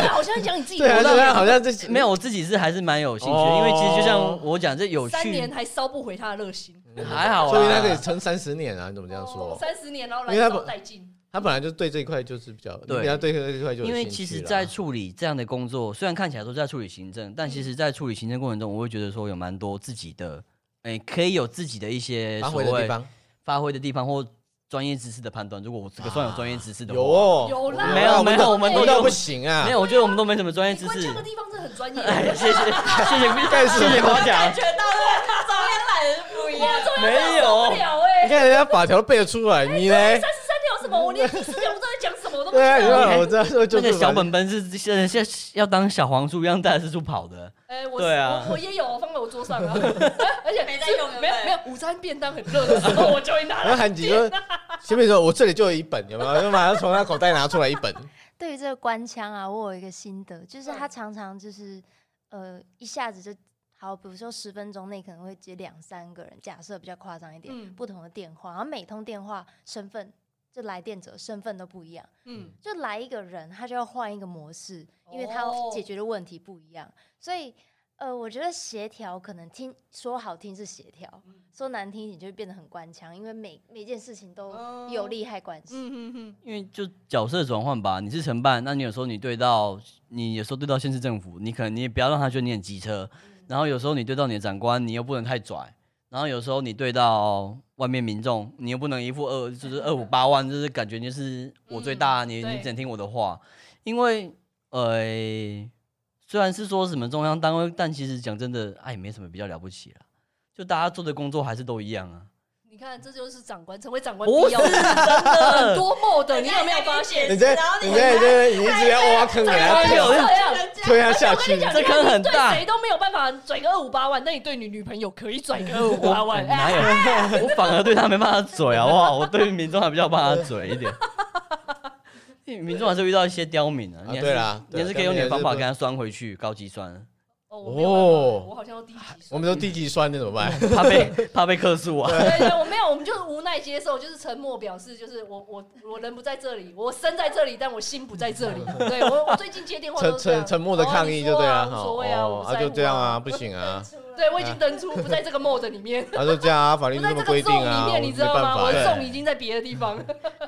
哎好像讲你自己对啊，多对大啊，好像这没有， [laughs] 我自己是还是蛮有兴趣的，因为其实就像我讲，这有哦三年趣还烧不回他的热心，哦还好说明他可以啦。撑三十年啊！你怎么这样说？三十年然后来因为他招不殆尽，他本来就对这一块就是比较，对对，他对这一块就有因为兴其趣实，啦在处理这样的工作，虽然看起来都在处理行政，但其嗯实，在处理行政过程中，我会觉得说有蛮多自己的，哎、可以有自己的一些发所挥的地谓方发挥的地方或专业知识的判断。如果我这个算有专业知识的话，有哦，有啦我没有我们没有我们都我有不行啊，没有，我觉得我们都没什么专业你知关识腔。的地方真的很专业， [laughs] 哎，谢谢谢谢，干什么谢谢夸奖 [laughs] 感，觉到了，中间懒人不一样。没受不有，了哎、你看人家法条背得出来，你呢？三十三条什么？我连第四条我都在讲什么，我都不知对啊，你道。看我这样 [laughs] 就那是个小本本是现在现在要当小黄书一样带着四处跑的，哎、我对啊我我也有，放在我桌上 [laughs] 啊，而且没在用是对不对没有没有，午餐便当很热的时候我就会拿然后来。韩吉说：“前面说，我这里就有一本，有没有？”就马上从他口袋拿出来 [laughs] 一本。对于这个官腔啊，我有一个心得，就是嗯他常常就是呃一下子就好，比如说十分钟内可能会接两三个人，假设比较夸张一点，嗯不同的电话，然后每通电话身份就来电者身份都不一样，嗯，就来一个人他就要换一个模式，因为他哦要解决的问题不一样，所以。呃，我觉得协调可能听说好听是协调，嗯说难听一点就会变得很官腔，因为每每件事情都有哦利害关系。嗯嗯嗯，因为就角色转换吧。你是承办，那你有时候你对到你有时候对到县市政府，你可能你也不要让他觉得你很机车，然后有时候你对到你的长官，你又不能太拽，然后有时候你对到外面民众，你又不能一副二就是二五八万，就是感觉就是我最大，嗯你对你只能听我的话，因为呃。虽然是说什么中央单位，但其实讲真的，哎，也没什么比较了不起了，就大家做的工作还是都一样啊。你看这就是长官，成为长官不必是要的很多 mode，你你有没有发现？你在然后，你你在，你在，你一直要挖坑给哎他呦这样。推他下去。这坑很对大谁都没有办法拽个二五八万，那你对你女朋友可以拽个二五八我哎万，哎 [laughs] 哪有？我 [laughs] 反而对他没办法嘴，好不好？我对民众还比较怕他嘴一点。因为民众还是遇到一些刁民啊，啊你还是对啦你还对是可以用你的方法刁跟民他酸回去，高级酸，哦，我没有办法哦我好像要低级算。我们都低级酸的怎么办？怕被怕被客诉啊。对对，我没有，我们就是无奈接受，就是沉默表示，就是我我我人不在这里，我身在这里，但我心不在这 [laughs] 里。对我 [laughs] 我最近接电话沉都是这样沉沉默的抗议就哦你对说了啊，哈。无所谓啊，我哦不啊在乎就这样啊，。不行 [laughs] 啊，对我已经登出，不在这个 mode 里面，啊就这样啊，法律不就在这这么个规定 zone 啊，里我面，你没知道办吗？法我对的 zone 已经在别的 [laughs] 地方。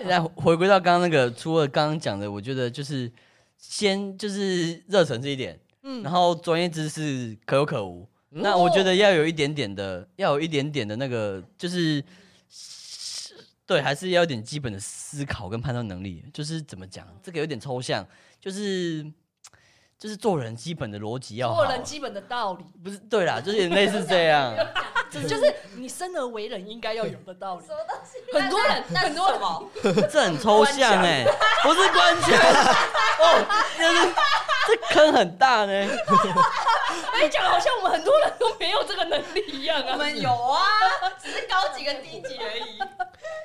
来回归到刚刚那个，除了刚刚讲的，我觉得就是先就是热忱这一点，嗯哦然后专业知识可有可无。那我觉得要有一点点的，要有一点点的那个，就是对，还是要有点基本的思考跟判断能力。就是怎么讲，这个有点抽象，就是就是做人基本的逻辑要好做啊。人基本的 [laughs] 道理，不是对啦，就是有点类似这样。 [laughs] 就是你生而为人应该要有的道理。很多人，那很很多多人什么？这很抽象哎、不是关卡哦，就是这坑很 [laughs] 大呢。哎，讲得好像我们很多人都没有这个能力一样我啊。们有啊，只是高级跟低级而已。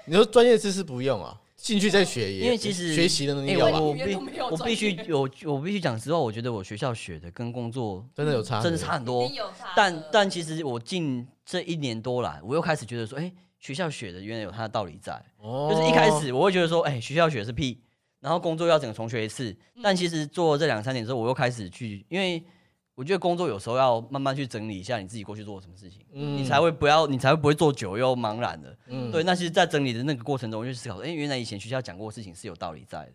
你说专业知识不用啊，兴趣再学也，因为其实学习的能力哎有我吧吧，我语言必都没有我专必业须有我必须讲实话，我觉得我学校学的跟工作真的有差，真的差。很多一定。有差但的但其实我近这一年多来，我又开始觉得说，哎、学校学的原来有它的道理在。哦就是一开始我会觉得说，哎、学校学是屁，然后工作要整个重学一次。但其实做了这两三年之后，我又开始去，因为我觉得工作有时候要慢慢去整理一下你自己过去做了什么事情，嗯你才会不要，你才会不会做久又茫然的。嗯对，那其实，在整理的那个过程中，我就思考，哎、原来以前学校讲过的事情是有道理在的。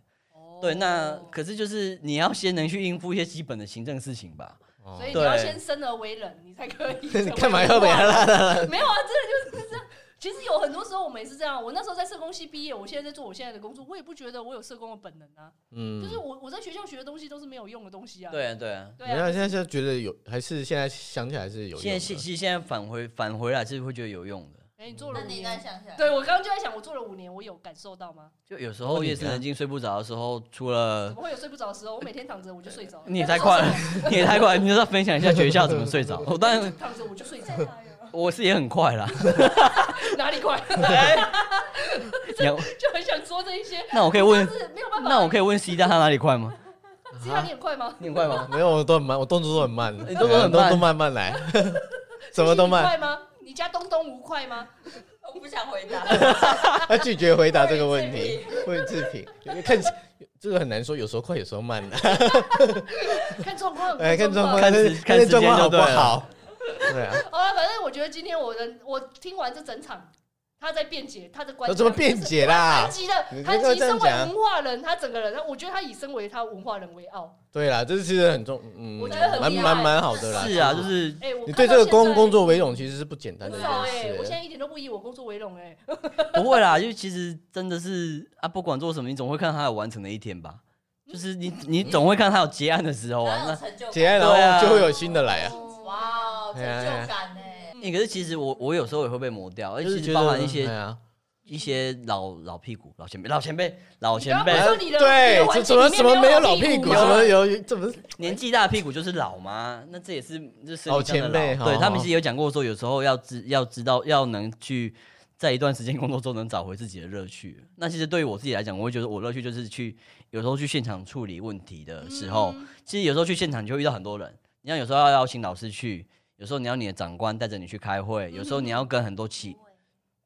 对，那可是就是你要先能去应付一些基本的行政事情吧。哦。所以你要对先生而为人，你才可以 [laughs] [laughs] 你干嘛要要美拉 [laughs] 拉？没有啊，真的就是这样。其实有很多时候我们也是这样。我那时候在社工系毕业，我现在在做我现在的工作，我也不觉得我有社工的本能啊。嗯，就是我我在学校学的东西都是没有用的东西啊。对啊，对啊。对没有，啊，现在就觉得有，还是现在想起来是有用的。现在现其实现在返回返回来是会觉得有用的，哎，你做了那五你再年， [laughs] 想想，对啊我刚刚就在想，我做了五年，我有感受到吗？就有时候夜深人静睡不着的时候，除了呃 [laughs] 怎么会有睡不着的时候？我每天躺着我就睡嗯着了，你也太 [laughs] 快了，你也太快了！你就是要分享一下学校怎么睡着？我当然躺着我就睡着，我是也很快 [laughs] 啦。哪里快？ [laughs] 杨就很想说这一些，那我可以问但，是没有办法。那我可以问 C 大他哪里快吗？其他你很快啊吗？你很快啊吗？没有，我都很慢，我动作都很慢，啊你动作很慢都都慢慢来， [laughs] 什么都你 [laughs] 慢。快吗？你家东东无快吗？我不想回答。他拒绝回答这个问题。会自评，看这个很难说，有时候快，有时候 [laughs] 慢的。看状况，哎，看状况，看时看时间状况好就不对了好？对 [laughs] 啊，好了，反正我觉得今天我的我听完这整场，他在辩解，他在关那怎么辩解啦韩？吉的你这韩个吉这身样为讲啊文化人，他整个人，我觉得他以身为他文化人为傲。对啦，这其实很重，嗯，我觉得很蛮厉害蛮蛮好的啦。是啊，就是哎、我你看对到这个现工在工作为荣其实是不简单的很一少哎、件我现事。在一点都不以我工作为荣哎、 [laughs] 不会啦，因为其实真的是啊，不管做什么，你总会看他有完成的一天吧。就是你你总会看他有结案的时候很有嗯啊。成就结感，案，对啊然后就会有新的来啊。哇哦，成就感呢？那、欸、可是其实我我有时候也会被磨掉，而就且是其觉得实包含一些、哎呀一些老老屁股、老前辈、老前辈、老你刚刚前辈不，是说你的你的对，环这境怎里么面怎么没有老屁屁股？吗怎啊么有怎么？年纪大的屁股就是老嘛，那这也是就是老哦前辈好对好他们其实有讲过说，有时候要知要知道要能去在一段时间工作中能找回自己的乐趣。那其实对于我自己来讲，我会觉得我乐趣就是去有时候去现场处理问题的时候，其实有时候去现场你就会遇到很多人，你像有时候要邀请老师去，有时候你要你的长官带着你去开会，有时候你要跟很多企。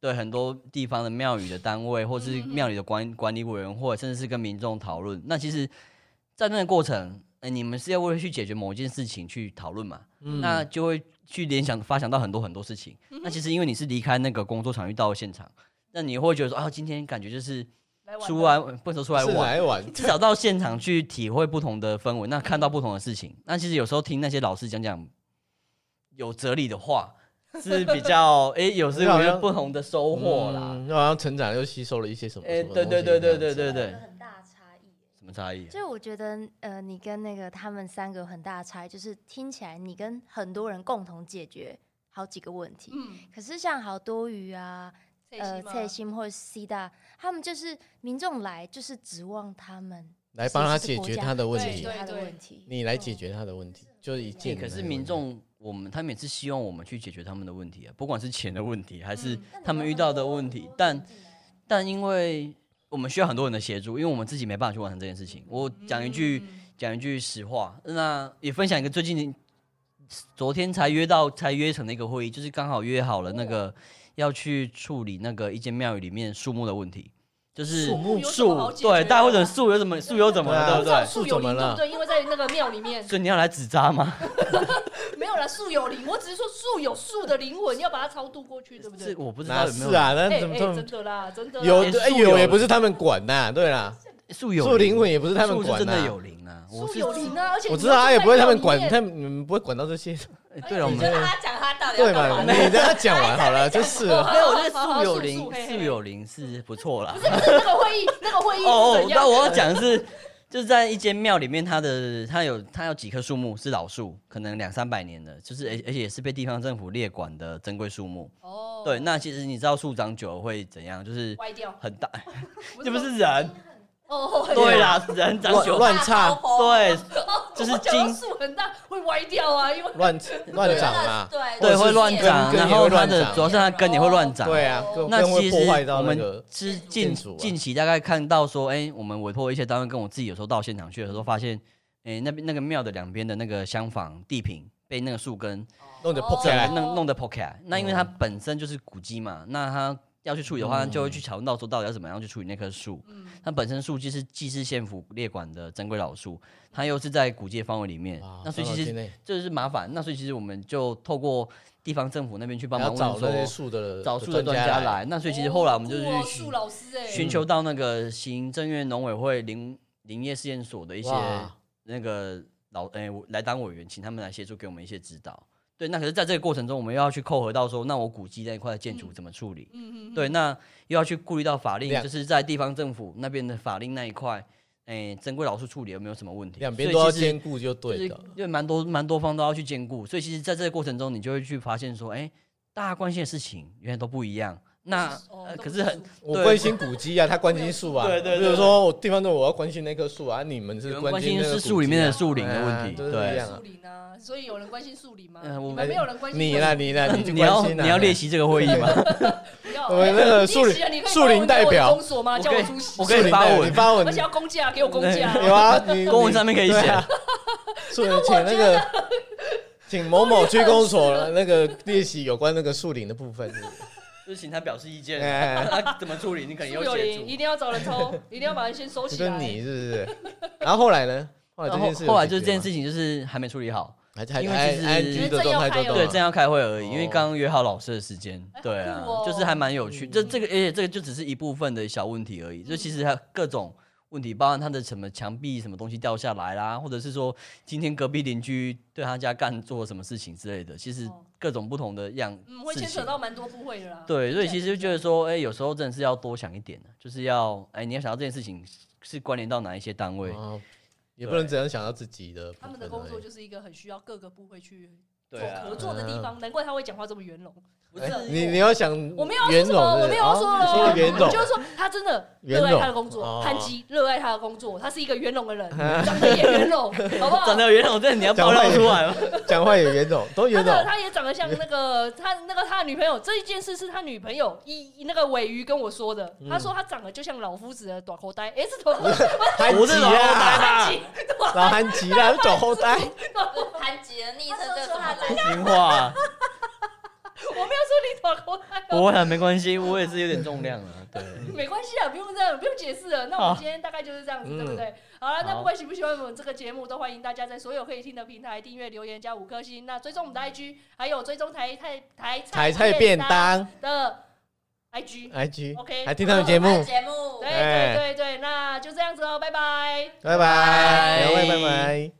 对很多地方的庙宇的单位，或是庙宇的管管理委员会，甚至是跟民众讨论。那其实在那个过程，哎、你们是要为了去解决某一件事情去讨论嘛？那就会去联想、发想到很多很多事情。那其实因为你是离开那个工作场域到了现场，那你会觉得说啊，今天感觉就是来玩出吧来不能说出来是玩，来玩，至少到现场去体会不同的氛围，那看到不同的事情。那其实有时候听那些老师讲讲有哲理的话，是比较哎、有时好候像有不同的收获啦。嗯，好像成长又吸收了一些什么？哎什么对东西对对对这样子对对有很大的差异。什么差异啊、就是我觉得，呃，你跟那个他们三个有很大的差异，就是听起来你跟很多人共同解决好几个问题，嗯，可是像好多余啊、呃蔡蔡心心或者 C 大，他们就是民众来就是指望他们来帮他解决他的问题对，他的问题。你来解决他的问题，就是一哎件。可是民众，我们他们也是希望我们去解决他们的问题啊，不管是钱的问题，还是他们遇到的问题。但但因为我们需要很多人的协助，因为我们自己没办法去完成这件事情。我讲一句嗯讲一句实话，那也分享一个最近昨天才约到才约成的一个会议，就是刚好约好了那个要去处理那个一间庙宇里面树木的问题，就是树木有什么好解决的啊对，大家会者树有什么树有怎 [laughs] 么对啊了，对不对？树树有怎么灵对不了对？因为在那个庙里面所以你要来指扎吗？没有了树有灵，我只是说树有树的灵魂，要把它超度过去，对不这对？我不知道哪有没有是啊？哎那哎、怎么这真么的啦，真的啦有哎的哎树有有也不是他们管呐，对啦，树有树灵魂也不是他们树是管真的呐。有灵啊，我树是有灵啊，而且我你知道又他住也在不会，他庙们里管面他们你们不会管到这 [laughs] 些，哎对了，我你们就让他讲他到底对要干嘛？嘛？你让他讲完 [laughs] 好了，真是的。没有，那好好树有树灵树嘿，嘿树有灵是不错啦。那个会议，那个会议哦是哦怎，那样？我要讲的是， [laughs] 就是在一间庙里面，它的它有它有几棵树木是老树，可能两三百年的，就是而而且也是被地方政府列管的珍贵树木。哦对，那其实你知道树长久了会怎样？就是歪掉，很大，不这不是人，哦，很对啦，人长乱久乱插 [laughs] 对，就是我讲到茎树很大会歪掉啊，因为乱乱长啦，对对或者会是乱根长，根然也后会它乱的长主要是它的根也会乱长。对啊，更那更其会实破坏到我那们个之建近筑啊近期大概看到说，哎、我们委托一些单位跟我自己有时候到现场去的时候，发现，哎、那边那个庙的两边的那个厢房地坪被那个树根弄哦得破开整个来。弄弄得 p o c k e t 那因为哦它本身就是古迹嘛，那它要去处理的嗯话，就会去讨论到说到底要怎么样去处理那棵树。它本身树既是既是县府列管的珍贵老树，它又是在古迹的范围里面哇，那所以伤脑其筋实欸这就是麻烦。那所以其实我们就透过地方政府那边去帮然忙后找问那些说。树的找树的专家家来，来，那所以其实后来我们就哦是树老师哎，寻求到那个行政院农委会林林业试验所的一些哇那个老哎、我来当委员，请他们来协助给我们一些指导。对，那可是在这个过程中，我们又要去扣合到说，那我古迹那一块的建筑怎么处理？嗯嗯，对，那又要去顾虑到法令，两就是在地方政府那边的法令那一块，哎、珍贵老树处理有没有什么问题？两边所都以要其实兼顾就对就的是。因为蛮多蛮多方都要去兼顾，所以其实在这个过程中，你就会去发现说，哎、大家关心的事情原来都不一样。那、哦呃、都可不是很是我对关心古迹啊，他关心树啊。对对对比如说我地方政府我要关心那棵树啊，你们是有人关心心那个是古树里面的迹啊树林的问哎题，都是一对样。树林啊，所以有人关心树林吗？嗯我你们没有人关心你啦，你啦，你去 [laughs] 你关要心啊你要练。习这个会议吗？不要我们那个哎树林你是啊你可以树林帮我代表给我封锁吗？叫我可以出席我，可以发树林的文你，发文而且要公价，给我公价。 [laughs] 有啊，你 [laughs] 公文上面可以写对 [laughs] 啊树林请那个 [laughs] 请某某区公所 [laughs] 那个练习有关那个树林的部分。 [laughs] 就是请他表示意见。哎， [laughs] 他怎么处理？你可能树有有解林一除。定要找 [laughs] 人偷，一定要把人先收你起说来。你是不是？然后后来呢？后来然这后件事有后来解就是决哦这件吗事情就是还没处理好，还还因为还其实安居的状态就哦懂对，啊了，正要开会而已，因为哦刚刚约好老师的时间哎，对啊好酷哦，就是还蛮有趣。这这个，而且这个就只是一部分的小问题而嗯已，就其实还有各种问题，包含他的什么墙壁什么东西掉下来啦，或者是说今天隔壁邻居对他家干做了什么事情之类的，其实哦各种不同的样嗯，会事牵扯情。到蛮多部会的啦。对，所以其实就觉得说，哎、有时候真的是要多想一点的，就是要，哎、你要想到这件事情是关联到哪一些单位，哦也不能只能想到自己的部分他而已。们的工作就是一个很需要各个部会去做对啊合作的地方，难怪他会讲话这么圆融。不哎是你你要想我没有要袁说什总是么，我不没是有要说哦了，你是袁总就是说他真的袁热爱总他的工哦作，潘基热爱他的工作，他是一个圆 [laughs] 融的人，长得也圆融，好不好长？得有圆融，这你要爆料出来吗？讲话也袁总，都袁总真的，，他也长得像那个他那个他的女朋友。这一件事是他女朋友一那个尾鱼跟我说的，他说他长得就像老夫子的短口袋，哎，是短 [laughs] 口袋，韩不吉是老后代啦，吧？啊老韩吉啦，走后 [laughs] 代，韩吉的昵称他叫什说说他么在？ [laughs] 听话，啊我没有说你短口袋哦，不会啊，没关系，我也是有点重量啊。对， [laughs] 没关系啊，不用这样，不用解释了。那我好们今天大概就是这样子，对不对？好了，那好不管喜不喜欢我们这个节目，都欢迎大家在所有可以听的平台订阅、留言加五颗星。那追踪我们的 IG，还有追踪台菜台台菜便当当的 IG。 ，IG， OK，还听他们节目，节目哦对对对对，那就这样子喽，拜拜。拜拜，两位拜拜。